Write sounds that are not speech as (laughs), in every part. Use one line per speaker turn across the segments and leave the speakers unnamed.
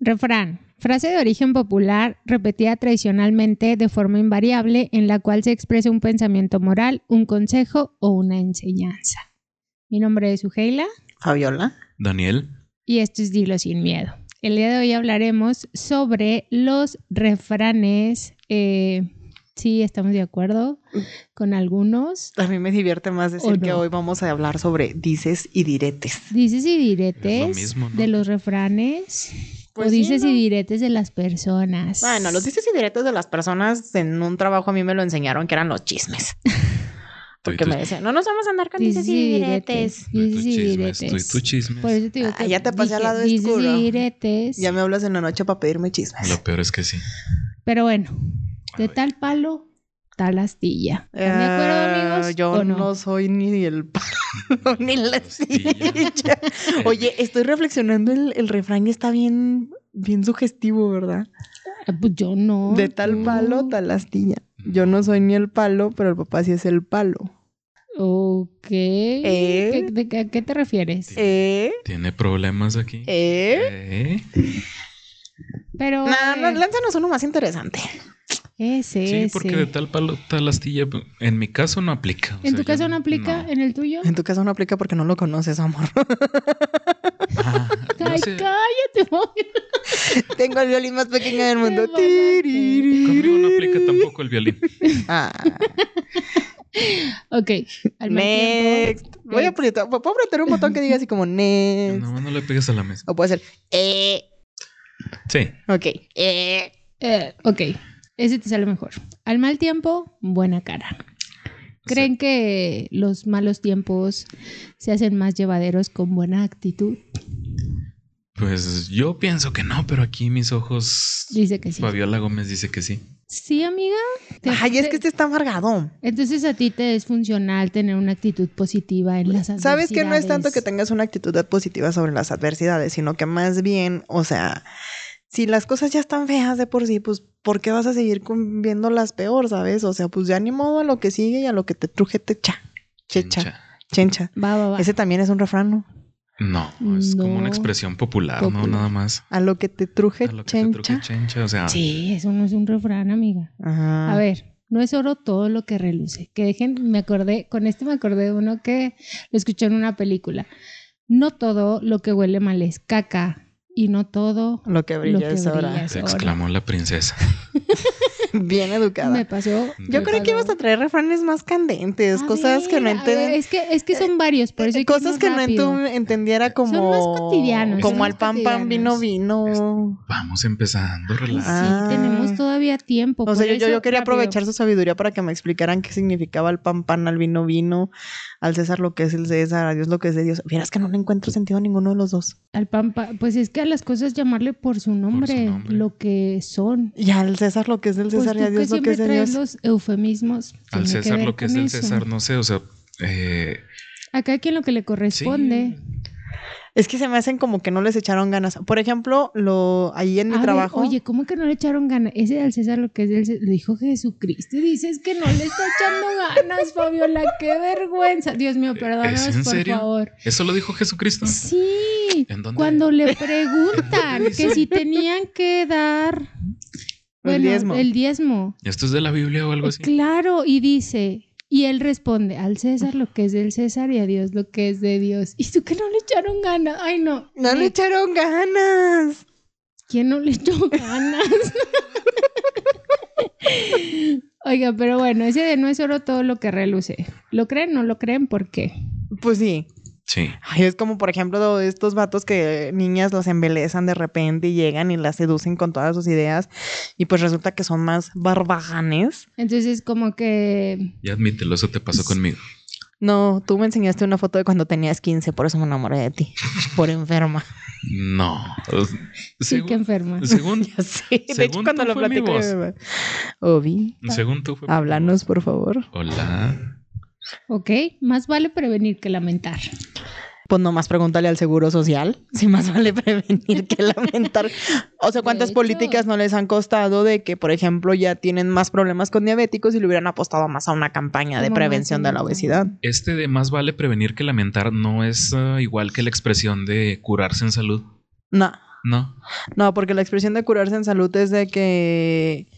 Refrán. Frase de origen popular repetida tradicionalmente de forma invariable en la cual se expresa un pensamiento moral, un consejo o una enseñanza. Mi nombre es Sugeila
Fabiola.
Daniel.
y esto es Dilo sin miedo. El día de hoy hablaremos sobre los refranes. eh, sí, estamos de acuerdo con algunos.
A mí me divierte más decir
¿O
que
no?
hoy vamos a hablar sobre dices y diretes.
Dices y diretes
mismo, ¿no?
de los refranes o
Pues sí,
dices
¿no?
y diretes de las personas.
Bueno, los dices y diretes de las personas en un trabajo a mí me lo enseñaron que eran los chismes.
Tú y
Porque
tus-
me decían, no nos vamos a andar con dices y diretes.
tú y
Dices
tus
y
chismes, tú y
diretes.
tus chismes.
Por eso te digo
Ah,
que
ya te pasé al
dije
lado
dices
oscuro.
y diretes.
Ya me hablas en la noche para pedirme chismes.
Lo peor es que
(laughs)
sí.
Pero bueno, de
Ay.
tal palo, tal astilla. ¿Están de
Eh,
acuerdo, amigos?
yo
¿O
no?
no?
soy ni el palo ni la
Hostia.
(laughs)
silla.
Eh,
Oye, estoy reflexionando, el, el refrán está bien, bien sugestivo, ¿verdad?
Ah, pues yo no.
De tal
No.
palo, tal astilla. Yo no soy ni el palo, pero el papá sí es el palo.
Ok. ¿Qué- de qué- ¿A qué te refieres?
¿Eh?
Tiene problemas aquí.
¿Eh?
¿Eh?
Pero.
Nah, no,
eh,
lánzanos uno más interesante.
Ese,
Sí,
ese.
porque de tal palo, tal astilla. En mi caso no aplica. o
¿En
sea,
tu
yo
caso no aplica?
no.
¿En el tuyo?
En tu caso no aplica porque no lo conoces, amor.
(laughs)
Ah, yo
Ay,
sé,
cállate, voy.
(laughs) Tengo el violín más pequeño del mundo.
mamaste.
conmigo no aplica tampoco
(laughs)
el violín.
Ah,
Ok. Al mal tiempo.
next. Voy a apretar, ¿puedo apretar un botón que diga así como
Este.
next?
No, no le pegues a la mesa.
Oh,
O puede ser, eh,
Sí.
ok, eh.
Eh, ok. Ese te sale mejor. Al mal tiempo, buena cara. ¿Creen que los malos tiempos se hacen más llevaderos con buena actitud?
Pues yo pienso que no, pero aquí mis ojos.
Dice que sí.
Fabiola Gómez dice que sí.
Sí, amiga. Te-
Ay, es
te-
que este está amargado.
Entonces a ti te es funcional tener una actitud positiva en las
Sabes que no es tanto que
adversidades?
tengas una actitud positiva sobre las adversidades, sino que más bien, o sea, si las cosas ya están feas de por sí, pues, ¿por qué vas a seguir con- viéndolas peor, sabes? O sea, pues ya ni modo a lo que sigue y a lo que te truje te cha. Checha,
Chencha.
chencha.
Va, va, va.
Ese también es un refrán, ¿no?
No, es como
No.
una expresión popular,
Popular.
no nada más.
A lo que te truje,
A lo que te
chencha.
truque chencha, o sea,
Sí, eso no es un refrán, amiga.
Ajá.
A ver, no es oro todo lo que reluce. Que dejen, me acordé, con este me acordé de uno que lo escuché en una película. No todo lo que huele mal es caca y no todo.
Lo que
Lo
brilla
que
es
brilla
ahora.
es-
exclamó la princesa.
(laughs) Bien educada.
Me pasó.
Yo creí que ibas a traer refranes más candentes,
A
cosas que no
ver, a ver,
entienden.
Es que, es que son varios, por eso hay que
cosas
irnos
que no
rápido.
entu- entendiera como
más cotidianos, son
como
más
al pan pan vino
cotidianos.
vino
Vamos empezando,
Ay,
relax.
Ah.
Sí, tenemos todavía tiempo.
o sea
por
yo, yo-
eso
yo quería
rápido.
aprovechar su sabiduría para que me explicaran qué significaba el pan pan al vino vino al César lo que es el César a Dios lo que es de Dios vieras que no le encuentro sentido a ninguno de los dos
Al pampa, pues es que a las cosas llamarle por su nombre,
nombre.
lo que son.
y al César lo que es del
Pues
César y a
tú que
Dios lo que
siempre
es de
traes
Dios
los eufemismos.
Al
tiene
César
ver
lo que
con
es el
eso.
César, no sé, o sea, eh,
A cada quien lo que le
sí.
corresponde.
es que se me hacen como que no les echaron ganas por ejemplo lo ahí en
A
mi
ver,
trabajo
oye, ¿cómo que no le echaron ganas? Ese al César lo que es del César. Lo dijo Jesucristo y dices que no le está echando ganas, Fabiola. ¡Qué vergüenza! Dios mío, perdónanos,
en
por
serio?
favor.
¿eso lo dijo Jesucristo?
Sí.
¿En dónde?
Cuando le
(laughs)
preguntan que si tenían que dar bueno,
diezmo.
el diezmo.
¿Esto es de la Biblia o algo así?
Claro, y dice, y él responde, al César lo que es del César y a Dios lo que es de Dios. ¿Y tú que no le echaron ganas? Ay, no.
no le echaron ganas
¿Quién no le
(laughs)
echó ganas? (laughs) Oiga, pero bueno, ese de no es oro todo lo que reluce. ¿Lo creen? ¿No lo creen? ¿Por qué?
pues sí
Sí.
Ay, es como, por ejemplo, estos vatos que niñas las embelezan de repente y llegan y las seducen con todas sus ideas y pues resulta que son más barbajanes.
Entonces, como que...
Ya admítelo, eso te pasó conmigo.
No, tú me enseñaste una foto de cuando tenías 15, por eso me enamoré de (laughs) ti, por enferma. (laughs)
No.
Sí,
Según,
que enferma. (laughs)
(laughs) según,
Ya sé, de hecho
Según
cuando
tú
lo
fue mi
platico...
voz.
me- Obi,
según tú fue.
háblanos, por favor.
Hola.
Ok, más vale prevenir que lamentar.
Pues nomás pregúntale al Seguro Social (laughs) si más vale prevenir
(laughs)
que lamentar. O sea, ¿cuántas
hecho.
políticas no les han costado de que, por ejemplo, ya tienen más problemas con diabéticos y le hubieran apostado más a una campaña de
Como más
prevención de la
lamentar.
obesidad?
Este de más vale prevenir que lamentar no es ah, igual que la expresión de curarse en salud.
No.
No.
No, porque la expresión de curarse en salud es de que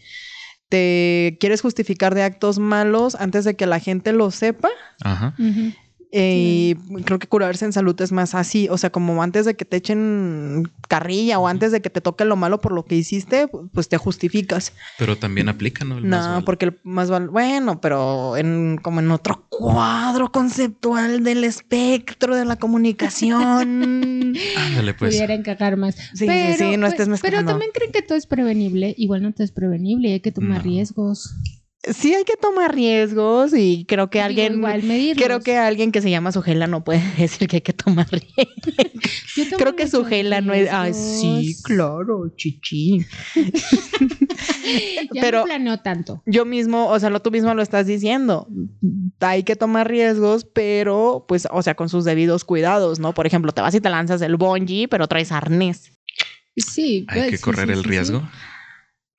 te quieres justificar de actos malos antes de que la gente lo sepa.
Ajá.
Ujú.
Eh, Y creo que curarse en salud es más así, o sea, como antes de que te echen carrilla o antes de que te toque lo malo por lo que hiciste, pues te justificas.
Pero también aplica, ¿no? El
no,
más vale.
porque el más val- bueno, pero en como en otro cuadro conceptual del espectro de la
(laughs)
comunicación.
Ándale, pues.
pudiera encajar más.
sí, sí, no estés
Pero
mezclando.
también creen que todo es prevenible. Igual no todo es prevenible y hay que tomar
No.
riesgos.
sí hay que tomar riesgos y creo que
Digo,
alguien
Igual medirlos.
creo que alguien que se llama Sujela no puede (laughs) decir que hay que tomar riesgos.
Yo tomo
Creo que
muchos
Sujela no es ah, sí,
riesgos.
claro, chichi.
Ya
pero-
no planeo tanto.
yo mismo, o sea, lo tú mismo lo estás diciendo. Hay que tomar riesgos, pero pues, o sea, con sus debidos cuidados, ¿no? Por ejemplo, te vas y te lanzas el bungee, pero traes arnés.
Sí.
Hay
pues,
que
sí,
correr
sí,
el
sí,
riesgo.
sí.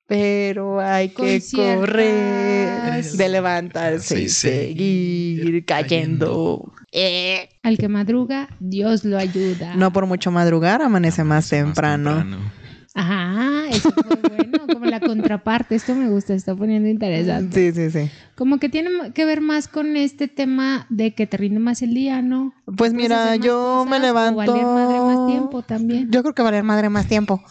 Pero hay
Con
que
ciertas-
correr de levantarse y
Sí, seguir
seguir cayendo. Eh.
Al que madruga, Dios lo ayuda.
No por mucho madrugar, amanece más
Amanece
temprano.
Ajá, eso fue bueno. Como la contraparte. Esto me gusta, está poniendo interesante.
Sí, sí, sí.
Como que tiene que ver más con este tema de que te rinde más el día, ¿no?
Pues mira,
hacer más
yo
cosas
me levanto.
O valer madre más tiempo también.
Yo creo que valer madre más (laughs) tiempo.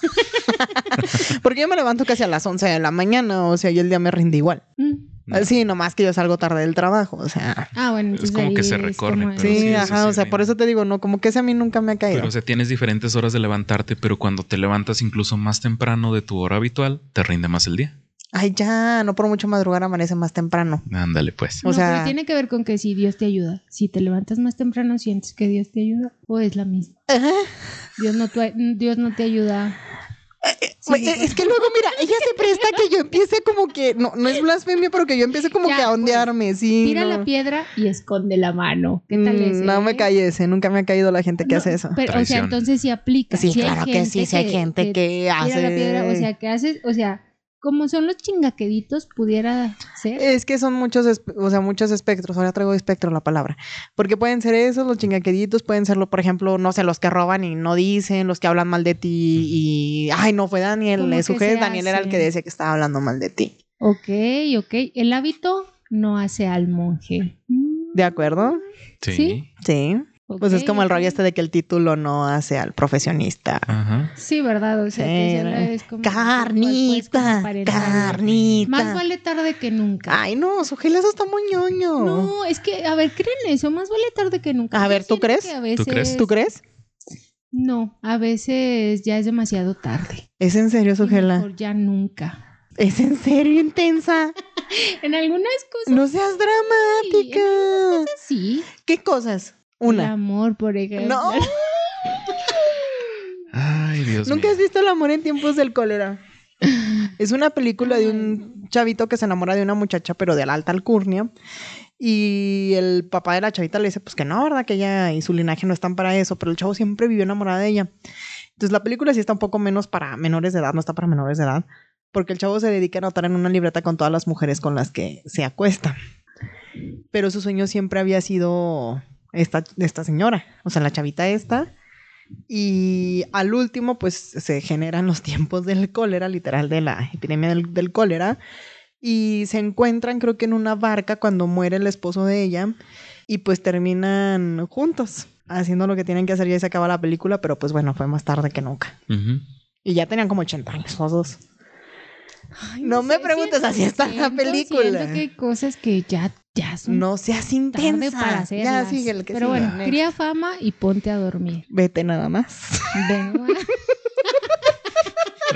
Porque yo me levanto casi a las 11 de la mañana, o sea, y el día me rinde igual.
Mm.
No.
Sí, nomás que yo salgo tarde del trabajo, o sea.
Ah, bueno,
Es
entonces
como que
ahí
se
es
recorre,
como-
pero
Sí,
sí, eso
ajá,
sí
o sea,
rinde.
por eso te digo, no, como que ese a mí nunca me ha caído.
Pero, o sea, tienes diferentes horas de levantarte, pero cuando te levantas incluso más temprano de tu hora habitual, te rinde más el día.
Ay, ya, no por mucho madrugar amanece más temprano.
Ándale, pues.
o
No,
sea-
pero tiene que ver con que si Dios te ayuda, si te levantas más temprano, sientes que Dios te ayuda, o es la misma.
Ajá.
Dios no, tu- Dios no te ayuda. Sí,
Eh,
pues,
Güey, e,
sí,
es que luego, mira, ella se presta que yo empiece como que, no, no es blasfemia, pero que yo empiece como
Ya,
que a
pues,
ondearme, sí.
Tira
no.
la piedra y esconde la mano. ¿Qué tal
Mm,
es?
No me calles, eh, nunca me ha caído la gente que hace eso. Pues
Pero, o sea,
Traición.
entonces sí aplica.
Sí,
hay
claro que
gente
sí, sí hay gente que, hace.
tira la piedra, o sea, que haces, o sea, como son los chingaqueditos, pudiera ser.
Es que son muchos, espe- o sea, muchos espectros. Ahora traigo espectro la palabra. Porque pueden ser esos, los chingaqueditos, pueden ser, lo- por ejemplo, no sé, los que roban y no dicen, los que hablan mal de ti y, ay, no fue Daniel,
Como
es su
que se
jefe, Daniel era el que
hacen.
decía que estaba hablando mal de ti.
Ok, ok. El hábito no hace al monje. Mm,
¿De acuerdo?
Sí.
¿Sí?
Sí. Pues es
ok,
como el
ok. Ah.
rollo este de que el título no hace al profesionista.
Ajá.
Sí, ¿verdad? O sea, que
Sí,
ya
¿no?
la es como...
Carnita,
pues, pues, comparentar.
carnita. Ah,
Más vale tarde que nunca.
Ay, no, su gel, eso está muy ñoño.
No, es que, a ver, creen eso, más vale tarde que nunca.
A ver, ¿tú
siento
crees?
que a veces-
¿Tú crees?
¿Tú crees?
No, a veces ya es demasiado tarde.
¿Es en serio,
Por
Sujela?
ya nunca.
¿Es en serio
(laughs)
intensa?
En algunas cosas
No seas dramática.
sí.
¿Qué cosas?
El
Una.
amor, por ejemplo.
No.
Ay, Dios
Nunca
mío.
has visto El amor en tiempos del cólera. Es una película de un chavito que se enamora de una muchacha, pero de la alta alcurnia. Y el papá de la chavita le dice, pues que no, ¿verdad? Que ella y su linaje no están para eso, pero el chavo siempre vivió enamorado de ella. Entonces la película sí está un poco menos para menores de edad, no está para menores de edad, porque el chavo se dedica a anotar en una libreta con todas las mujeres con las que se acuesta. Pero su sueño siempre había sido esta, esta señora, o sea, la chavita esta. Y al último, pues se generan los (laughs) tiempos del cólera, literal, de la epidemia del, del cólera. Y se encuentran, creo que en una barca, cuando muere el esposo de ella. Y pues terminan juntos, haciendo lo que tienen que hacer. Ya se acaba la película, pero pues bueno, fue más tarde que nunca.
Ujú.
Y ya tenían como 80 años los dos.
Ay,
No me preguntes, así está la película.
Siento que hay cosas que ya, ya son
No seas
tarde
intensa.
para
ya
hacerlas.
sigue el que
Pero
sigue.
bueno,
Next.
cría fama y ponte a dormir.
Vete nada más. (laughs)
Ven, güey. ¿Estás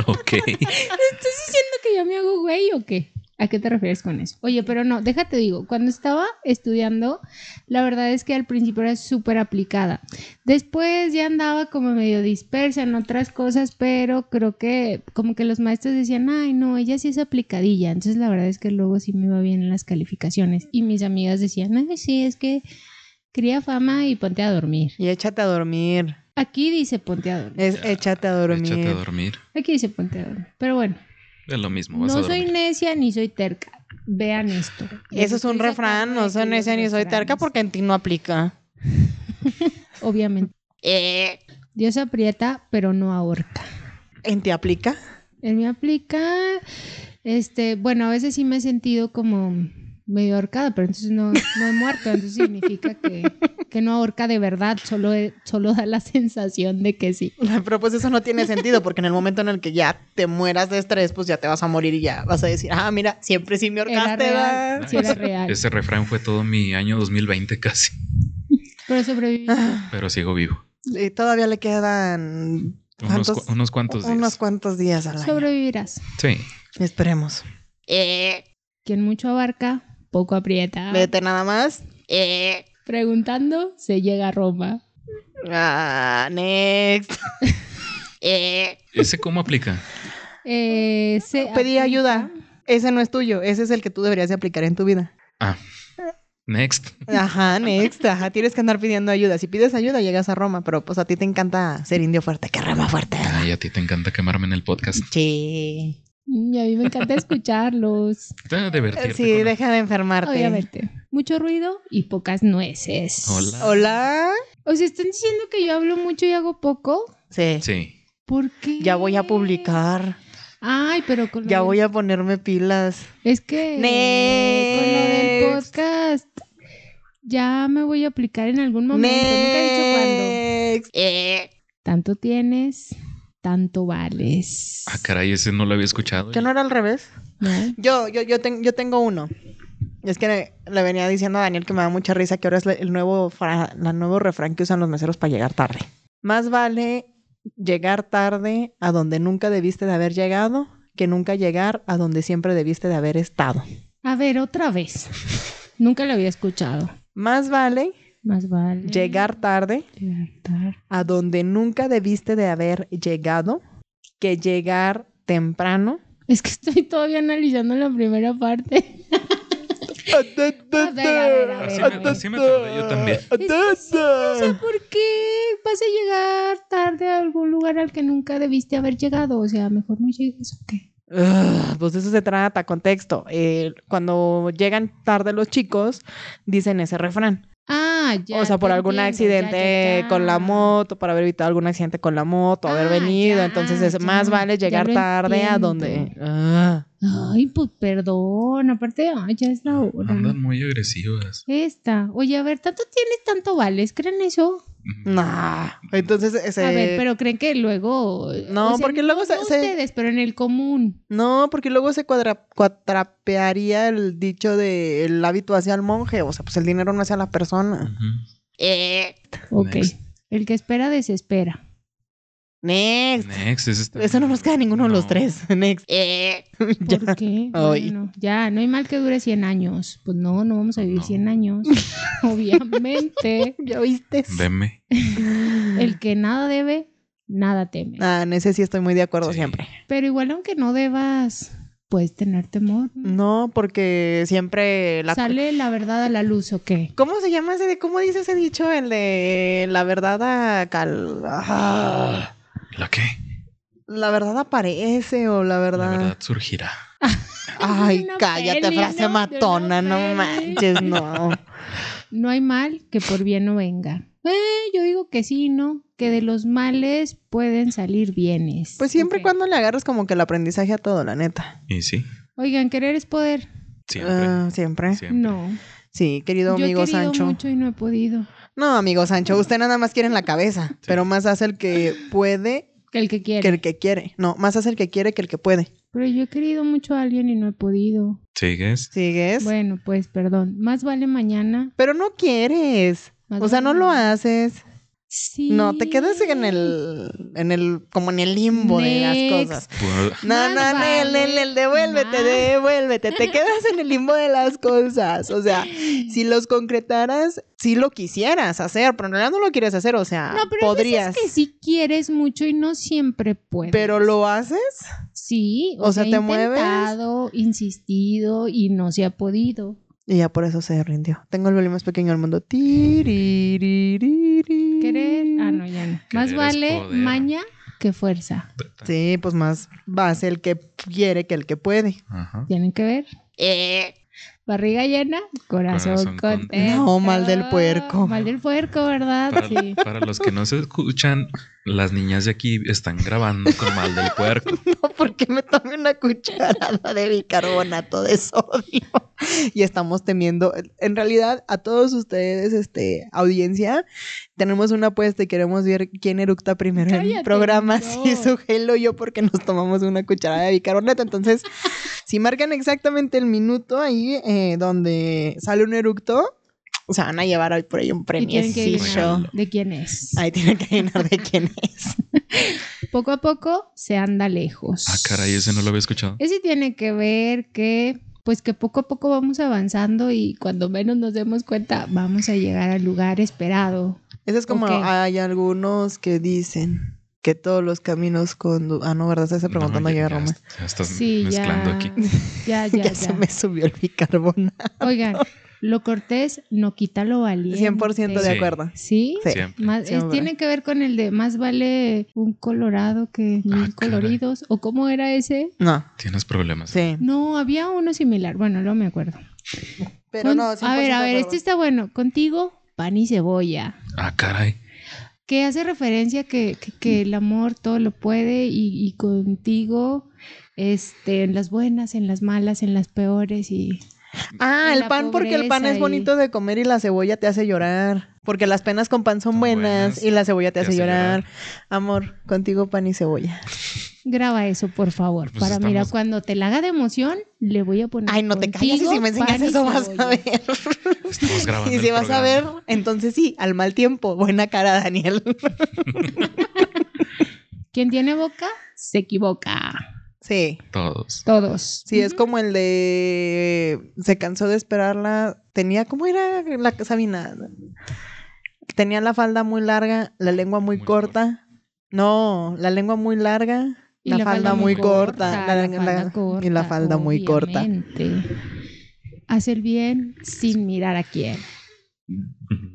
Ok.
diciendo que yo me hago güey o qué? ¿A qué te refieres con eso? Oye, pero no, déjate digo, cuando estaba estudiando, la verdad es que al principio era súper aplicada. Después ya andaba como medio dispersa en otras cosas, pero creo que como que los maestros decían, ay, no, ella sí es aplicadilla. Entonces la verdad es que luego sí me iba bien en las calificaciones. Y mis amigas decían, ay, sí, es que cría fama y ponte a dormir.
Y échate a dormir.
Aquí dice ponte a dormir.
Es, échate a dormir.
Échate a dormir.
Aquí dice ponte a dormir. Pero bueno,
Es lo mismo, vas a
no soy
dormir.
necia ni soy terca. Vean esto. Les
Eso es un
estoy
refrán,
sacando
no
aquí
soy
los
necia ni soy terca
refranes.
porque en ti no aplica. Eh,
Obviamente. Dios aprieta, pero no ahorca.
¿En ti aplica? (laughs)
En mí aplica, este, bueno, a veces sí me he sentido como medio ahorcada, pero entonces no, no he muerto, entonces significa que, que no ahorca de verdad, solo, solo da la sensación de que sí.
Pero pues eso no tiene sentido, porque en el momento en el que ya te mueras de estrés, pues ya te vas a morir y ya vas a decir, ah, mira, siempre sí me
Era
ahorcaste.
real,
¿verdad?".
sí era real,
Ese refrán fue todo mi año 2020 casi,
pero sobreviví.
pero sigo vivo.
Y todavía le quedan
Unos,
¿Cuántos-
cu- unos cuantos días.
unos cuantos días al año.
Sobrevivirás.
Sí.
Esperemos.
Quien mucho abarca, poco aprieta.
Vete nada más. Eh.
Preguntando, se llega a Roma.
Ah, next. Eh.
¿Ese cómo aplica?
Eh, se
Pedí
aplica-
ayuda. Ese no es tuyo, ese es el que tú deberías de aplicar en tu vida.
Ah. Next.
Ajá, next, ajá, tienes que andar pidiendo ayuda. Si pides ayuda, llegas a Roma, pero pues a ti te encanta ser indio fuerte, que Roma fuerte.
Ay, a ti te encanta quemarme en el podcast.
Sí.
Mm, Y a mí me encanta
(laughs)
escucharlos.
Te divertirte.
Sí,
con-
deja de enfermarte.
Obviamente. Mucho ruido y pocas nueces.
Hola.
Hola.
O sea, están diciendo que yo hablo mucho y hago poco.
Sí.
Sí.
¿Por qué?
Ya voy a publicar.
Ay, pero con lo
Ya
del-
voy a ponerme pilas.
Es que
Next.
con lo del podcast ya me voy a aplicar en algún momento. Nunca he dicho cuándo.
Next. Eh.
Tanto tienes, tanto vales.
Ah, caray, ese no lo había escuchado.
¿Que no era al revés?
¿No?
Yo, yo, yo, ten- yo tengo uno. Es que le venía diciendo a Daniel que me da mucha risa que ahora es la- el nuevo, fra- la nuevo refrán que usan los meseros para llegar tarde. Más vale llegar tarde a donde nunca debiste de haber llegado que nunca llegar a donde siempre debiste de haber estado.
A ver, otra vez. Nunca lo había escuchado.
Más vale Mm.
Más vale.
llegar tarde
Llegar tarde.
a donde nunca debiste de haber llegado que llegar temprano.
Es que estoy todavía analizando la primera parte. A ver, a ver, a ver, a ver.
Así me tardé yo también.
Es que sí, O sea, ¿por qué vas a llegar tarde a algún lugar al que nunca debiste haber llegado? O sea, mejor no llegues o qué.
Ugh, pues de eso se trata, contexto. Eh, cuando llegan tarde los chicos, dicen ese refrán.
Ah, ya.
o sea, por
te
algún
entiendo, ya,
accidente
ya, ya.
con la moto, por haber evitado algún accidente con la moto, haber
Ah,
venido.
ya,
Entonces es
ya,
más vale
ya
llegar
lo
tarde a
entiendo.
donde... Ah,
Ay, pues perdón. Aparte, ay, ya es la hora.
Andan muy agresivas.
Esta. Oye, a ver, tanto tienes, tanto vales. ¿Creen eso?
nah. Entonces ese-
A ver, pero creen que luego.
No,
o sea,
porque luego se-
no
se-
ustedes, pero en el común.
No, porque luego se cuadra, cuatrapearía el dicho de el hábito hacia el monje. O sea, pues el dinero no hacia la persona.
Ujú.
Ok.
Next.
El que espera, desespera.
Next.
Next. ese está-
Eso no nos queda ninguno de los
No.
tres. (laughs) Next.
Eh. (laughs)
Ya.
¿Por qué?
Ay.
Bueno, ya, no hay mal que dure 100 años. Pues no, no vamos a vivir
No.
100
(laughs)
años. Obviamente.
¿Ya oíste?
Veme.
El que nada debe, nada teme.
Ah, en ese sí estoy muy de acuerdo
Sí.
siempre.
Pero igual aunque no debas, puedes tener temor. ¿no?
No, porque siempre Mm, la...
¿Sale la verdad a la luz o qué?
¿Cómo se llama ese? de- ¿Cómo dice ese dicho? El de la verdad a cal... ah,
¿La qué?
La verdad aparece o la
La
verdad...
verdad surgirá.
Es
Ay,
una
cállate,
peli,
frase
¿no? De una
matona, no
peli.
manches, no.
No hay mal que por bien no venga. Eh, yo digo que sí, ¿no? Que de los males pueden salir bienes.
Pues siempre
Ok.
cuando le agarras como que el aprendizaje a todo, la neta.
Y sí,
Oigan, querer es poder.
siempre.
Ah, siempre. Sí,
siempre.
No.
querido
yo he
amigo
querido
Sancho.
mucho y no he podido.
No, amigo Sancho, usted nada más quiere en la cabeza, pero más hace el que puede
Que el que quiere.
que el que quiere. No, más hace el que quiere que el que puede.
Pero yo he querido mucho a alguien y no he podido.
¿Sigues?
¿Sigues?
Bueno, pues perdón. Más vale mañana.
Pero no quieres.
más
O sea, no
vale
lo
mañana.
haces.
Sí.
No, te quedas en el, en el, como en el limbo de
Next.
las cosas.
Por-
No,
Más
no, no, el, el,
vale
el, devuélvete,
más.
devuélvete. Te quedas en el limbo de las cosas. O sea, si los concretaras, si lo quisieras hacer, pero en realidad no lo quieres hacer. O sea,
No, pero
podrías.
hay veces que sí quieres mucho y no siempre puedes.
Pero lo haces.
Sí, o,
O
sea,
sea,
he
te mueves.
intentado, insistido y no se ha podido.
Y ya por eso se rindió. Tengo el volumen más pequeño del mundo. Tiriririri.
Querer, ah no, ya no. Más
Mm. Querer es
vale
poder.
maña que fuerza.
Sí, pues más va a ser el que quiere que el que puede.
Ajá.
Eh.
Tienen que ver. Barriga llena, corazón,
Corazón contento.
contento.
No, mal del puerco.
Mal del puerco, ¿verdad?
Para,
Sí.
para los que no se escuchan, las niñas de aquí están grabando con mal del
(laughs)
puerco.
No, porque me tomé una cucharada de bicarbonato de sodio. (laughs) Y estamos temiendo. En realidad, a todos ustedes, este, audiencia, tenemos una apuesta y queremos ver quién eructa primero en
Cállate,
el programa. (laughs)
no.
Si su o yo, porque nos tomamos una cucharada de bicarbonato. Entonces, si marcan exactamente el minuto ahí eh, donde sale un eructo, se van a llevar hoy por ahí un
Y
premio.
tienen que
Premiecillo.
adivinar de quién es.
Ahí tienen que adivinar de quién es.
Poco a poco se anda lejos.
Ah, caray, ese no lo había escuchado.
Ese tiene que ver que, pues que poco a poco vamos avanzando y cuando menos nos demos cuenta, vamos a llegar al lugar esperado.
Eso es como
Ok.
hay algunos que dicen que todos los caminos conducen. Ah, no, ¿verdad? Se está
No,
preguntando
ya-
ya,
ya
Roma.
est- ya estás
Sí,
mezclando
ya.
aquí.
(laughs) Ya,
(laughs) Ya,
ya, ya.
se me subió el bicarbonato.
Oigan, lo cortés no quita lo valiente.
100% de
Sí.
acuerdo.
¿Sí?
Sí.
Siempre.
Más-
Sí,
es-
hombre.
tiene que ver con el de más vale un colorado que mil
Ah, caray.
coloridos. ¿O cómo era ese?
No,
Tienes problemas.
sí.
No, había uno similar. Bueno, no me acuerdo.
Pero
Con-
no,
a ver, a ver, este
este
está bueno. Contigo, pan y cebolla.
Ah, caray.
que hace referencia que, que, que el amor todo lo puede y, y contigo, este, en las buenas, en las malas, en las peores y...
Ah,
y
el
la
pan, porque el pan
pobreza
es bonito de comer y la cebolla te hace llorar. Porque las penas con pan son
Son
buenas,
buenas,
y la cebolla te, hace, llorar. Amor, contigo pan y cebolla.
Graba eso, por favor,
Pues
para
estamos-
mira, cuando te la haga de emoción, le voy a poner...
Ay, no te calles y
"Contigo,
si me enseñas
pan y
eso vas
cebolla".
a ver.
Estamos
(laughs)
grabando.
Y
el
si vas a ver,
programa.
entonces sí, al mal tiempo. Buena cara, Daniel. (laughs)
Quien tiene boca, se equivoca.
Sí.
Todos.
Todos.
Sí, es como el de se cansó de esperarla. Tenía, ¿cómo era la Sabina? Tenía la falda muy larga, la lengua muy,
Muy
corta. No, la lengua muy larga,
Y
la, falda, muy corta,
la
la- la-
falda
y la
corta,
falda muy corta.
obviamente. Hacer bien sin mirar a quién.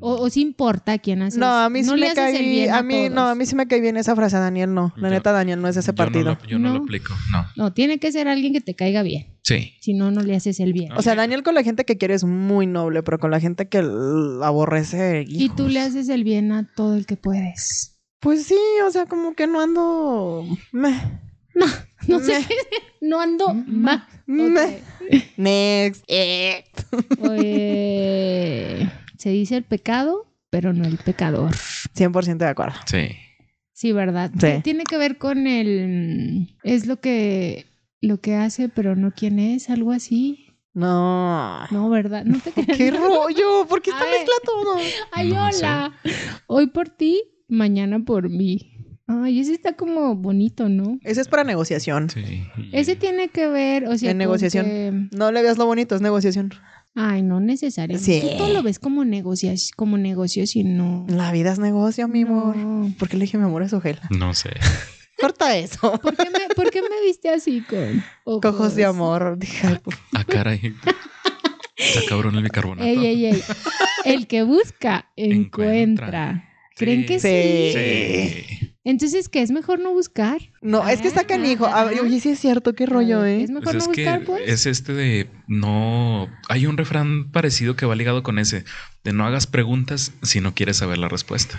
O, o si importa a quién haces.
No, a mí sí
le
me
haces el
cae
bien
bien, a mí no,
todos.
a mí sí me cae bien esa frase, Daniel no. La
Yo-
neta Daniel no es de ese
Yo no
partido.
lo- Yo no lo
No.
aplico, no.
No, tiene que ser alguien que te caiga bien.
Sí.
Si no, no le haces el bien.
Ah,
O sea,
Amigo.
Daniel con la gente que quiere es muy noble, pero con la gente que l- aborrece,
Y
hijo,
tú le haces el bien a todo el que puedes.
pues sí, o sea, como que no ando meh,
No (laughs) sé,
Meh.
no ando
Mm.
más.
meh. Next.
Eh. pues, se dice el pecado, pero no el pecador.
100% de acuerdo.
Sí.
Sí, ¿verdad?
Sí.
Tiene que ver con el... mm, Es lo que, lo que hace, pero no quién es, algo así. (laughs)
No.
No, ¿verdad? No
(laughs)
te creas.
¡Qué rollo! ¿Por qué
A
está
ver.
mezcla todo?
Ay,
No sé.
hola. Hoy por ti, mañana por mí. Ay, ese está como bonito, ¿no?
Ese es para negociación.
Sí. Y-
Ese tiene que ver, o sea,
Mm. De
con
negociación.
que-
No le veas lo bonito, es negociación.
ay, no necesariamente.
Sí.
Tú todo lo ves como negocias, como negocio, si no.
La vida es negocio, mi amor.
No.
¿Por qué le dije mi amor a su gela?
No sé.
(laughs)
Corta eso.
¿Por qué, me, por qué me viste así con ojos,
Cojos de amor. Dije, ay, pues,
Ah, caray. Está cabrón el bicarbonato.
Ey, ey,
(laughs)
ey. El que busca encuentra.
Encuentra.
¿Creen que sí?
Sí.
Sí.
Entonces, ¿qué es mejor no buscar?
No, es que está canijo. A ver, oye, sí es cierto, qué
A
rollo,
ver,
¿eh?
Ah. Es mejor
Pues es
no
que
buscar, pues.
es este de no. Hay un refrán parecido que va ligado con ese: de no hagas preguntas si no quieres saber la respuesta.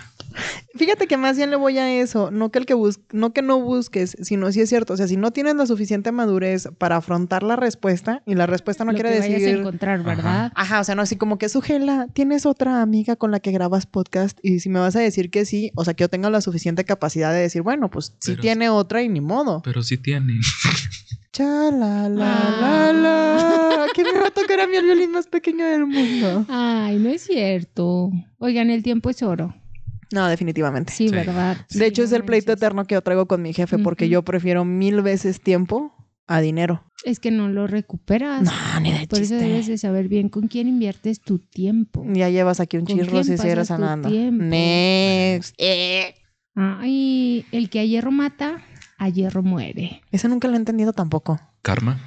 Fíjate que más bien le voy a eso, no que el que bus no que no busques, sino sí es cierto, o sea, si no tienes la suficiente madurez para afrontar la respuesta y la respuesta no
lo
quiere
que vayas a
decir
encontrar,
Ajá.
¿verdad?
Ajá, o sea, no así como que Sujela, tienes otra amiga con la que grabas podcast y si me vas a decir que sí, o sea, que yo tenga la suficiente capacidad de decir, bueno, pues sí
Pero-
tiene otra y ni modo.
Pero sí tienen.
Cha la
Ah.
la la (laughs) la. ¿Quién me va a tocar a mí el violín más pequeño del mundo?
Ay, no es cierto. Oigan, el tiempo es oro.
No, definitivamente.
Sí,
Sí.
¿verdad? Sí,
De hecho,
no
es el pleito
manches.
eterno que yo traigo con mi jefe porque
Ujú.
yo prefiero mil veces tiempo a dinero.
Es que no lo recuperas.
No, ni de
Por eso debes
chiste. Mm.
de saber bien con quién inviertes tu tiempo.
Ya llevas aquí un
¿Con
chirro
quién
si sigues
pasas tu
sanando.
tiempo?
Next. Eh.
Ay, el que a hierro mata, a hierro muere.
Ese nunca lo he entendido tampoco.
Karma.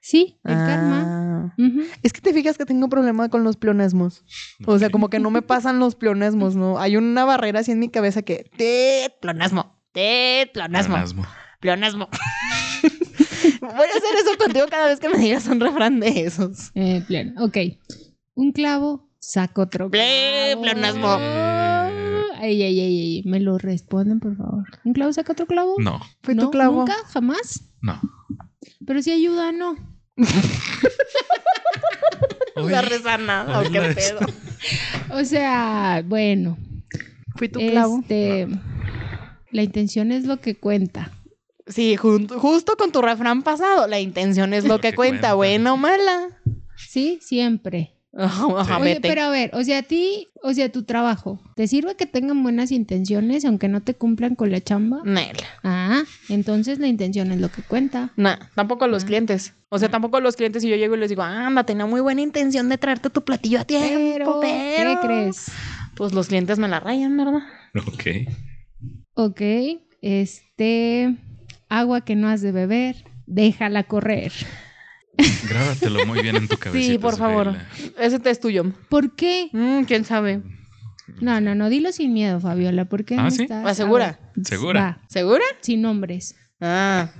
Sí, el karma.
Ah.
Ujú.
Es que te fijas que tengo un problema con los pleonasmos. O sea, como que no me pasan los pleonasmos, ¿no? Hay una barrera así en mi cabeza que... Te, pleonasmo, te, pleonasmo,
Pleonasmo.
pleonasmo. Voy a hacer eso contigo cada vez que me digas un refrán de esos.
Eh, plan, ok. Un clavo saca otro
Ble,
clavo.
pleonasmo.
Ay, ay, ay, ay. Me lo responden, por favor. ¿Un clavo saca otro clavo?
No,
Fue
No,
tu clavo.
¿Nunca? ¿Jamás?
no.
Pero si ayuda, no.
Oye,
La resana.
Oye,
¿o qué
la
pedo?
O sea, bueno.
Fui tu clavo.
Este, La intención es lo que cuenta.
Sí, jun- justo con tu refrán pasado. La intención es lo que cuenta, buena o (laughs) mala.
¿Sí? Siempre.
Ajá,
Oye,
vete.
pero a ver, o sea, a ti, o sea, tu trabajo, ¿te sirve que tengan buenas intenciones aunque no te cumplan con la chamba?
Nel.
Ah, entonces la intención es lo que cuenta.
Nah, tampoco a los
Ah.
clientes. O sea, tampoco a los clientes si yo llego y les digo, anda, tenía muy buena intención de traerte tu platillo a
Pero,
tiempo, pero...
¿qué crees?
Pues los clientes me la rayan, ¿verdad?
Ok.
Ok, este, agua que no has de beber, déjala correr.
Grábatelo muy bien en tu cabecita.
por favor.
Isabela.
Ese té es tuyo.
¿Por qué?
Mm, ¿Quién sabe?
No, no, no, dilo sin miedo, Fabiola, porque
Ah, ¿sí?
¿Asegura?
¿Segura?
¿Segura?
sin nombres.
Ah.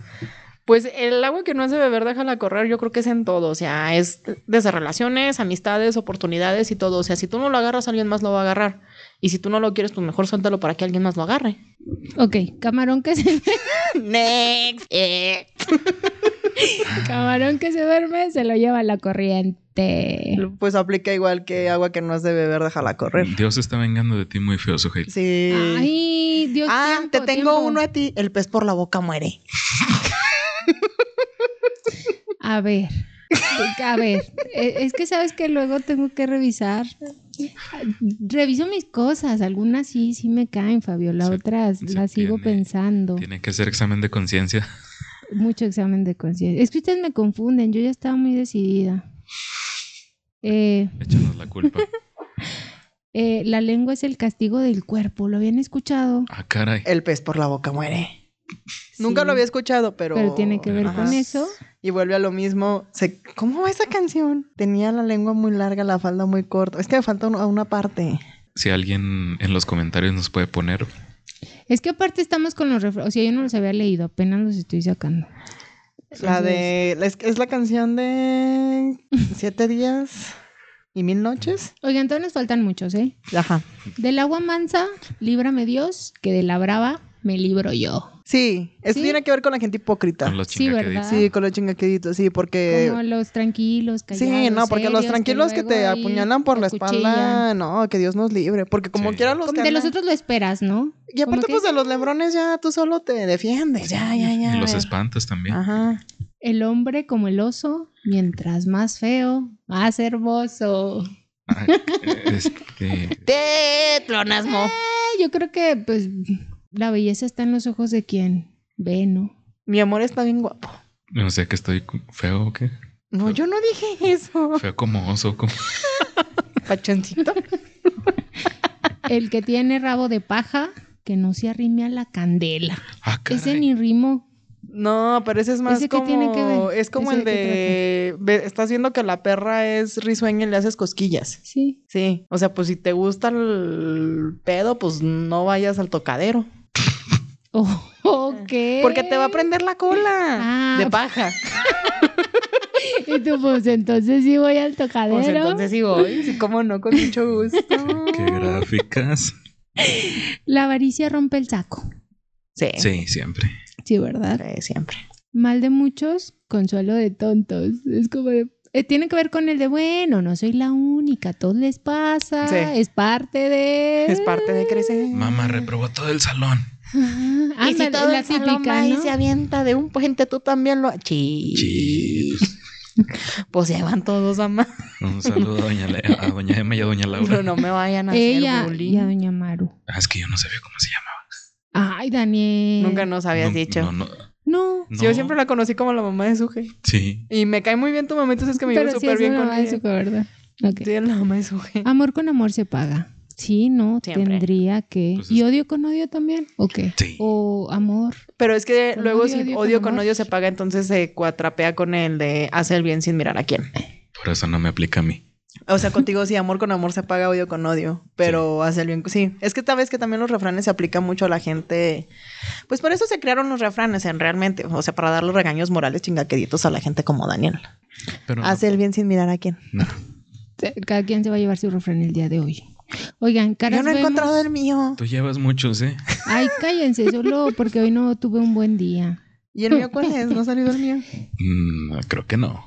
Pues el agua que no hace beber, déjala correr, yo creo que es en todo. O sea, es desde relaciones, amistades, oportunidades y todo. O sea, si tú no lo agarras, alguien más lo va a agarrar. Y si tú no lo quieres, pues mejor suéltalo para que alguien más lo agarre.
Ok, camarón que se, (laughs)
(laughs) Next. Eh.
camarón que se duerme, se lo lleva la corriente.
Pues aplica igual que agua que no has de beber, déjala correr.
Dios está vengando de ti muy feo, Sujei.
Sí.
Ay, Dios
ah,
tiempo,
te tengo
tiempo.
uno a ti. El pez por la boca muere.
A ver, a ver, eh, es que sabes que luego tengo que revisar. Reviso mis cosas, algunas sí, sí me caen, Fabiola,
Se-
otras
se
las sigo
tiene-
pensando.
Tiene que hacer examen de conciencia. (laughs)
Mucho examen de conciencia. Es que ustedes me confunden, yo ya estaba muy decidida. Eh,
Échanos la culpa.
eh, la lengua es el castigo del cuerpo, ¿lo habían escuchado?
Ah, caray.
El pez por la boca muere. Nunca
Sí,
lo había escuchado, pero.
Pero tiene que ver
Ajá.
con eso.
Y vuelve a lo mismo. Se... ¿Cómo va esa canción? Tenía la lengua muy larga, la falda muy corta. Es que me falta un- a una parte.
Si alguien en los comentarios nos puede poner.
Es que aparte estamos con los refranes, o sea, yo no los había leído, apenas los estoy sacando.
La
Entonces-
de. Es, es la
(laughs)
canción de. Siete días y mil noches.
Oigan, todavía nos faltan muchos, ¿eh?
Ajá.
Del agua mansa, líbrame Dios, que de la brava me libro yo.
Sí, eso
¿Sí?
tiene que ver con la gente hipócrita.
Con los
Sí, ¿verdad?
chingaqueditos.
Sí, con los chingaqueditos, sí, porque.
Como los tranquilos, callados.
Eh, Sí, no, porque los
serios,
tranquilos que,
luego
te
ahí
apuñalan por
te
la
acuchillan.
espalda, no, que Dios nos libre, porque como
Sí.
quiera los
Como
que
de los
andan-
otros lo esperas, ¿no?
Y aparte
que
pues de
es-
los lebrones ya tú solo te defiendes, ya, ya, ya.
Y los
ya. Ah.
espantas también.
Ajá.
El hombre como el oso, mientras más feo, más hermoso.
Ah, este,
Te clonasmo.
Eh, yo creo que, pues, la belleza está en los ojos de quien ve, ¿no?
Mi amor está bien guapo.
no sé que estoy cu- feo o qué.
(laughs) No, yo no dije
(laughs)
eso.
Feo como oso. Como...
Pachoncito.
El que tiene rabo de paja, que no se arrime a la candela.
Ah,
Ese
caray.
ni rimo.
No, pero ese es más
¿Ese qué
como
tiene que ver?
es como
¿Ese
el
de qué
de ve- estás viendo que la perra es risueña y le haces cosquillas.
Sí,
Sí, o sea, pues si te gusta el pedo, pues no vayas al tocadero.
Oh, ok.
Porque te va a prender la cola
Ah.
de paja.
Y (laughs) tú, pues entonces sí voy al tocadero.
Pues entonces sí voy, sí, cómo no, con mucho (laughs) gusto.
Qué gráficas.
La avaricia rompe el saco.
Sí, sí.
Sí, siempre.
Sí, ¿verdad?
siempre.
Mal de muchos, consuelo de tontos. Es como de- eh, tiene que ver con el de, bueno, no soy la única, a todos les pasa,
Sí.
es parte de...
Es parte de crecer.
Mamá reprobó todo el salón.
(laughs) Ah,
Y si
ándale,
todo
la
el salón
típica,
va y
¿no?
se avienta de un puente, tú también lo... Chis.
Chis.
Pues se van todos, mamá.
Un saludo a doña, Le- a doña Emma y a doña Laura.
No, no me vayan a
Ella
hacer bullying.
y a Doña Maru.
Ah, es que yo no sabía cómo se llamaba.
Ay, Daniel.
Nunca nos habías
No,
dicho.
No, no,
No.
Sí, Yo
no.
siempre la conocí como la mamá de Suje.
Sí.
Y me cae muy bien tu mamá, entonces es que me llevo
Pero sí
súper
es
bien
una
con
mamá de
ella.
su ¿verdad? Ok.
Sí, es la mamá de Suje.
Amor con amor se paga. Sí, no,
Siempre.
tendría que.
Pues es-
¿Y odio con odio también? ¿O qué?
Sí.
O amor.
Pero es que
Con
luego
odio,
si
odio con
odio con
amor.
odio se paga, entonces se cuatrapea con el de hacer el bien sin mirar a quién.
Por eso no me aplica a mí.
O sea, contigo sí, amor con amor se apaga, odio con odio, pero hace el bien. Sí, es que tal vez que también los refranes se aplican mucho a la gente. Pues por eso se crearon los refranes, en realmente. O sea, para dar los regaños morales chingaqueditos a la gente como Daniel.
Pero no,
Ah,
Hace el bien sin mirar a quién.
no.
Se- Cada quien se va a llevar su refrán el día de hoy. Oigan, caras
Yo no he
vemos-
encontrado el mío.
Tú llevas muchos, ¿eh?
Ay, cállense, solo porque hoy no tuve un buen día.
¿Y el mío cuál es? No ha salido el mío.
Mm, creo que no.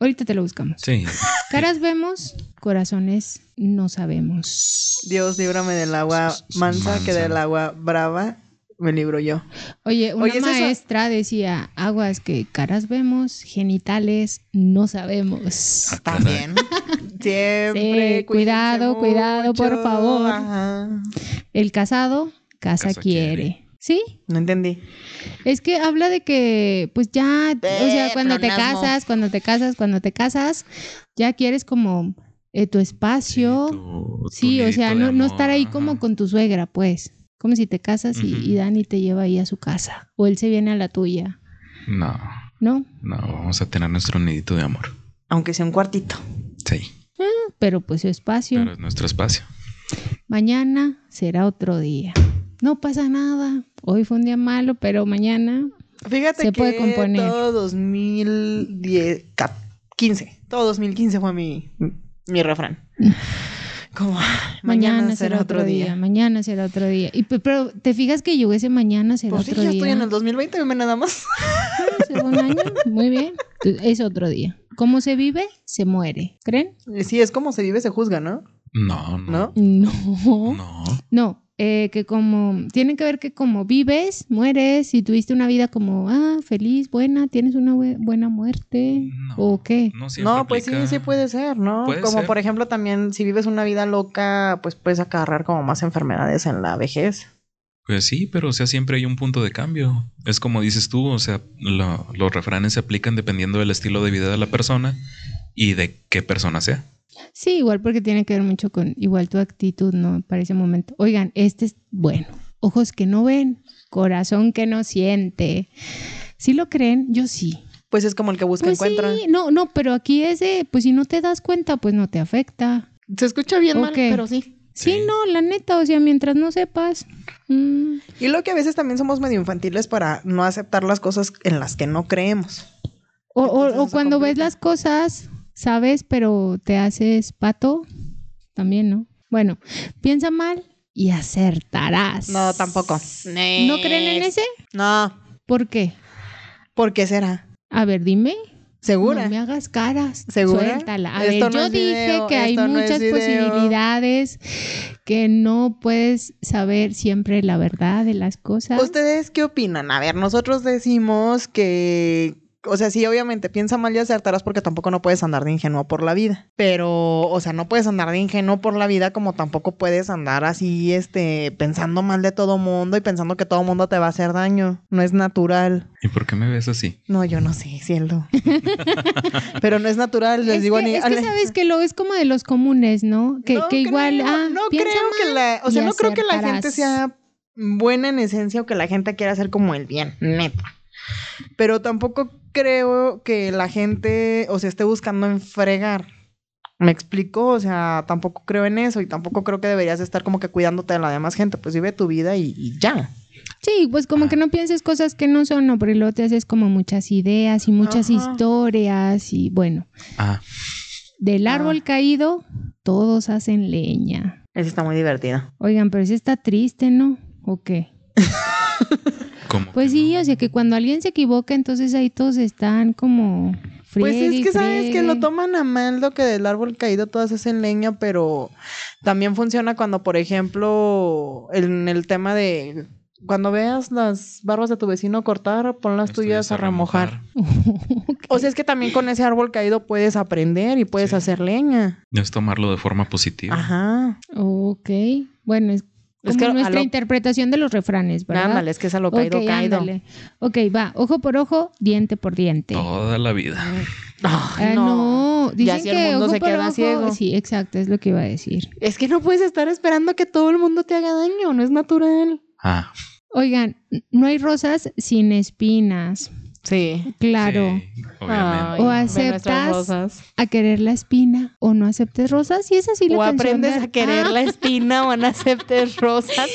Ahorita te lo buscamos.
Sí.
Caras vemos, corazones no sabemos.
Dios, líbrame del agua mansa que del agua brava me libro yo.
Ah,
Oye, una
Oye, ¿es eso?
maestra decía, aguas que caras vemos, genitales no sabemos.
Ah, caray. (laughs)
También. Siempre.
Sí, cuidado,
cuídense
cuidado, por
mucho.
favor.
Ajá.
El casado, casa,
Casa
quiere.
quiere.
¿Sí?
No entendí.
Es que habla de que, pues ya, o sea,
Eh,
cuando te
pronasmo.
casas, cuando te casas, cuando te casas, ya quieres como eh, tu espacio.
tu- tu
Sí, o sea,
nidito de
no, no
amor,
estar ahí
ajá.
como con tu suegra, pues. Como si te casas y,
Ujú.
y Dani te lleva ahí a su casa. O él se viene a la tuya,
No,
¿no?
no, vamos a tener nuestro nidito de amor.
Aunque sea un cuartito.
Sí,
Pero pues su espacio.
pero es nuestro espacio.
Mañana será otro día. No pasa nada. Hoy fue un día malo, pero mañana.
Fíjate
Se
que
puede componer.
todo 2010, cap- 15, todo 2015 fue mi, mi refrán. Como, "Ah, mañana, será otro día.
Mañana será otro día. Y, pe- pero te fijas que llegó ese mañana será
Pues sí,
otro
ya
día.
estoy en el 2020, veme nada (laughs) más.
Hace un año. Muy bien. Es otro día. ¿Cómo se vive? Se muere. ¿Creen?
Sí, es como se vive, se juzga, ¿no?
No, no.
¿No?
No.
No.
No, eh, que como, tiene que ver que como vives, mueres, y tuviste una vida como, ah, feliz, buena, tienes una bue- buena muerte,
No.
o qué.
No, siempre
No, pues sí,
aplica.
sí puede ser, ¿no?
Puede
como
ser.
por ejemplo también si vives una vida loca, pues puedes acarrear como más enfermedades en la vejez.
Pues sí, pero o sea, siempre hay un punto de cambio. Es como dices tú, o sea, lo- los refranes se aplican dependiendo del estilo de vida de la persona y de qué persona sea.
Sí, igual porque tiene que ver mucho con igual tu actitud, ¿no? Para ese momento. Oigan, este es bueno. Ojos que no ven, corazón que no siente. ¿Sí lo creen? Yo sí.
Pues es como el que busca
Pues
encuentra.
sí, no, no, pero aquí es de, pues si no te das cuenta, pues no te afecta.
Se escucha bien mal,
Ok.
pero sí.
Sí,
Sí.
no, la neta, o sea, mientras no sepas. mm,
Y lo que a veces también somos medio infantiles para no aceptar las cosas en las que no creemos.
O, o-
Entonces
o
eso
cuando ves
complica.
las cosas, sabes, pero te haces pato, también, ¿no? Bueno, piensa mal y acertarás.
No, tampoco.
¿No creen en ese?
No.
¿Por qué?
¿Por qué será?
A ver, dime.
¿Segura?
No me hagas caras.
¿Segura?
Suéltala. A
Esto
ver,
no
yo
es
dije
video,
que hay
esto no es
muchas
video.
posibilidades que no puedes saber siempre la verdad de las cosas.
¿Ustedes qué opinan? A ver, nosotros decimos que. O sea, sí, obviamente, piensa mal y acertarás porque tampoco no puedes andar de ingenuo por la vida. Pero, o sea, no puedes andar de ingenuo por la vida como tampoco puedes andar así, este, pensando mal de todo mundo y pensando que todo mundo te va a hacer daño. No es natural.
¿Y por qué me ves así?
No, yo no sé,
(laughs)
cielo. Pero no es natural, les
es
digo a
que,
ni-
es
a
que
la-
sabes que lo es como de los comunes, ¿no? Que,
No
que igual,
creo,
ah,
no creo
piensa
que
mal.
la, o sea,
y
no creo que la gente
acertarás.
sea buena en esencia o que la gente quiera hacer como el bien, neta. Pero tampoco creo que la gente, o sea, esté buscando en fregar. ¿Me explico? O sea, tampoco creo en eso y tampoco creo que deberías estar como que cuidándote de la demás gente. Pues vive tu vida y, y ya.
Sí, pues como
Ah.
que no pienses cosas que no son, no, pero luego te haces como muchas ideas y muchas
Ajá.
historias y bueno,
Ah,
del
Ah.
árbol caído todos hacen leña.
Eso está muy divertido.
Oigan, pero sí está triste, ¿no? ¿O qué?
como
Pues
que
sí,
no.
o sea que cuando alguien se equivoca, entonces ahí todos están como
Pues
friegue y
es que sabes que lo
friegue.
toman a mal lo que del árbol caído todas hacen leña, pero también funciona cuando, por ejemplo, en el tema de cuando veas las barbas de tu vecino cortar, pon las tuyas a remojar. O sea, es que también con ese árbol caído puedes aprender y puedes
Sí.
hacer leña.
Es tomarlo de forma positiva.
Ajá.
Ok, bueno, es como
Es que a
nuestra
lo-
interpretación de los refranes, ¿verdad?
Ándale, es que es a lo caído,
Ok,
caído.
ándale. Ok, va, ojo por ojo, diente por diente.
Toda la vida.
Ay,
Ah, no. dicen que
si el mundo
ojo
se
por
queda
ojo-
ciego.
Sí, exacto, es lo que iba a decir.
Es que no puedes estar esperando que todo el mundo te haga daño, no es natural.
Ah,
Oigan, no hay rosas sin espinas.
Sí.
Claro.
Sí, obviamente.
Ay. O
de
aceptas-
nuestras rosas.
A querer la espina o no aceptes rosas. Y es así la
O
canción
aprendes
de-
a querer
Ah,
la espina o no aceptes rosas.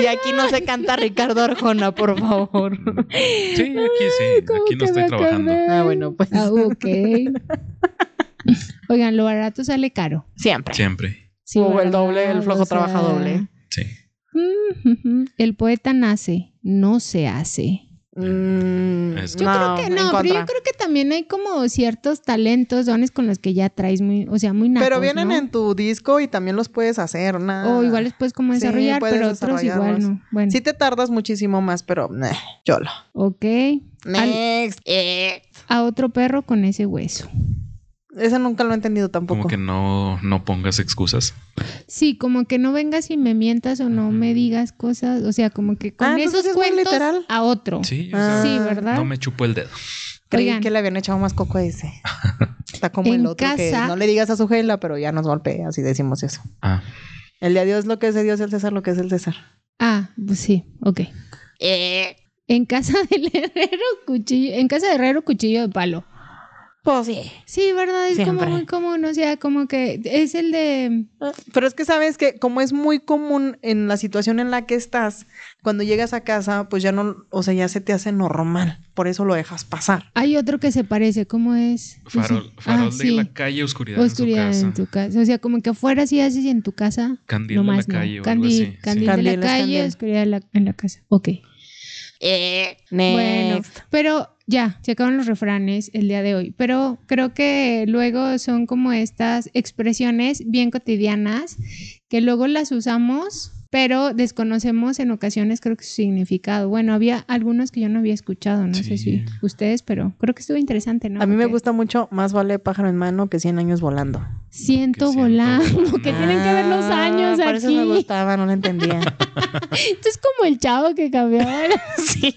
y aquí no se canta Ricardo Arjona, por favor.
Sí, aquí sí.
¿cómo
Aquí no
que me
estoy trabajando.
acordé?
Ah, bueno, pues.
Ah, ok. (laughs) Oigan, lo barato sale caro.
Siempre.
Siempre.
Sí,
o el
¿verdad?
doble, el flojo
O sea,
trabaja doble.
Sí.
Mm, El poeta nace, no se hace.
Mm,
Es-
Yo
No,
creo que
en
no, pero yo
contra.
creo que también hay como ciertos talentos, dones con los que ya traes muy, o sea, muy nacos,
pero vienen
¿no?
en tu disco y también los puedes hacer, nada.
O igual después como
Sí,
desarrollar,
puedes
pero otros igual
desarrollarlos.
no. Bueno,
Sí te tardas muchísimo más, pero nah, yolo.
ok.
Next. Eh.
A otro perro con ese hueso.
Ese nunca lo he entendido tampoco.
Como que no, no pongas excusas.
Sí, como que no vengas y me mientas o no
Ujú.
me digas cosas, o sea, como que con
Ah, entonces
esos
es muy
cuentos
literal.
a otro. Sí,
Sí, o sea,
Ah,
¿verdad?
no me chupó el dedo.
Creí
Oigan.
que le habían echado más coco a
(laughs)
ese. Está como
En
el otro que
casa-
no le digas a su gela, pero ya nos golpea, así decimos eso.
Ah,
El de adiós lo que es de Dios, el César lo que es el César.
Ah, pues sí, ok.
eh,
En casa del (laughs) herrero cuchillo, en casa de herrero cuchillo de palo.
Pues sí.
Sí, verdad, es
Siempre.
como muy común, o sea, como que es el de
Ah, Pero es que sabes que como es muy común en la situación en la que estás, cuando llegas a casa, pues ya no, o sea, ya se te hace normal. Por eso lo dejas pasar.
hay otro que se parece, ¿cómo es? No sé.
farol, farol
Ah,
de
sí.
la calle, oscuridad,
Oscuridad
en su casa.
en tu casa. O sea, como que afuera sí haces y en tu casa.
Candil
no
de la
más no.
calle o
Candil,
algo así.
candil
sí.
de la
Candil es
calle,
candil.
oscuridad en la, en la casa. Ok.
eh,
Bueno,
Next.
pero ya, se acaban los refranes el día de hoy. Pero creo que luego son como estas expresiones bien cotidianas que luego las usamos, pero desconocemos en ocasiones creo que su significado. Bueno, había algunos que yo no había escuchado, no sé
Sí.
si ustedes, pero creo que estuvo interesante, ¿no?
a mí me
Que
gusta mucho más vale pájaro en mano que 100 años volando.
Siento
Que siento
volando, (laughs) que
volando.
tienen que ver los
Ah,
años
Por eso me
aquí.
gustaba, no lo
(laughs)
entendía.
Esto es como el chavo que
(laughs)
cambió.
sí.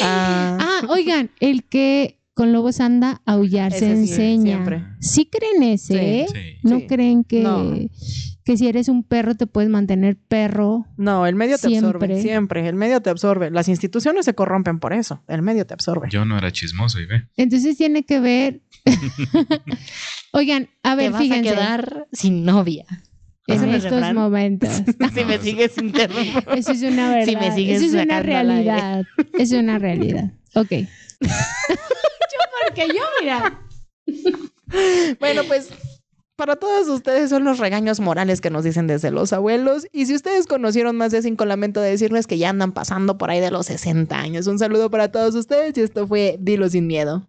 Ah, oigan, el que con lobos anda a aullar se
Ese sí,
enseña.
siempre.
Sí creen ese,
Sí.
¿eh?
Ah, Sí.
No
Sí.
creen que,
No.
que si eres un perro te puedes mantener perro.
No, el medio te
Siempre.
absorbe, siempre. El medio te absorbe. Las instituciones se corrompen por eso. El medio te absorbe.
Yo no era chismoso,
(laughs)
y ve.
Entonces tiene que
(laughs)
ver. oigan, a
Te
ver,
vas
fíjense.
a quedar sin novia. ¿Ese
en
es el
estos
refrán?
momentos.
(laughs) si me
No,
sigues interrumpiendo.
Eso es una verdad.
Si me sigues
Eso es una
sacando al aire.
realidad. Es una realidad.
(laughs)
Ok. yo porque yo, mira.
Bueno, pues para todos ustedes son los regaños morales que nos dicen desde los abuelos. Y si ustedes conocieron más de cinco, lamento decirles que ya andan pasando por ahí de los 60 años. Un saludo para todos ustedes y esto fue Dilo sin miedo.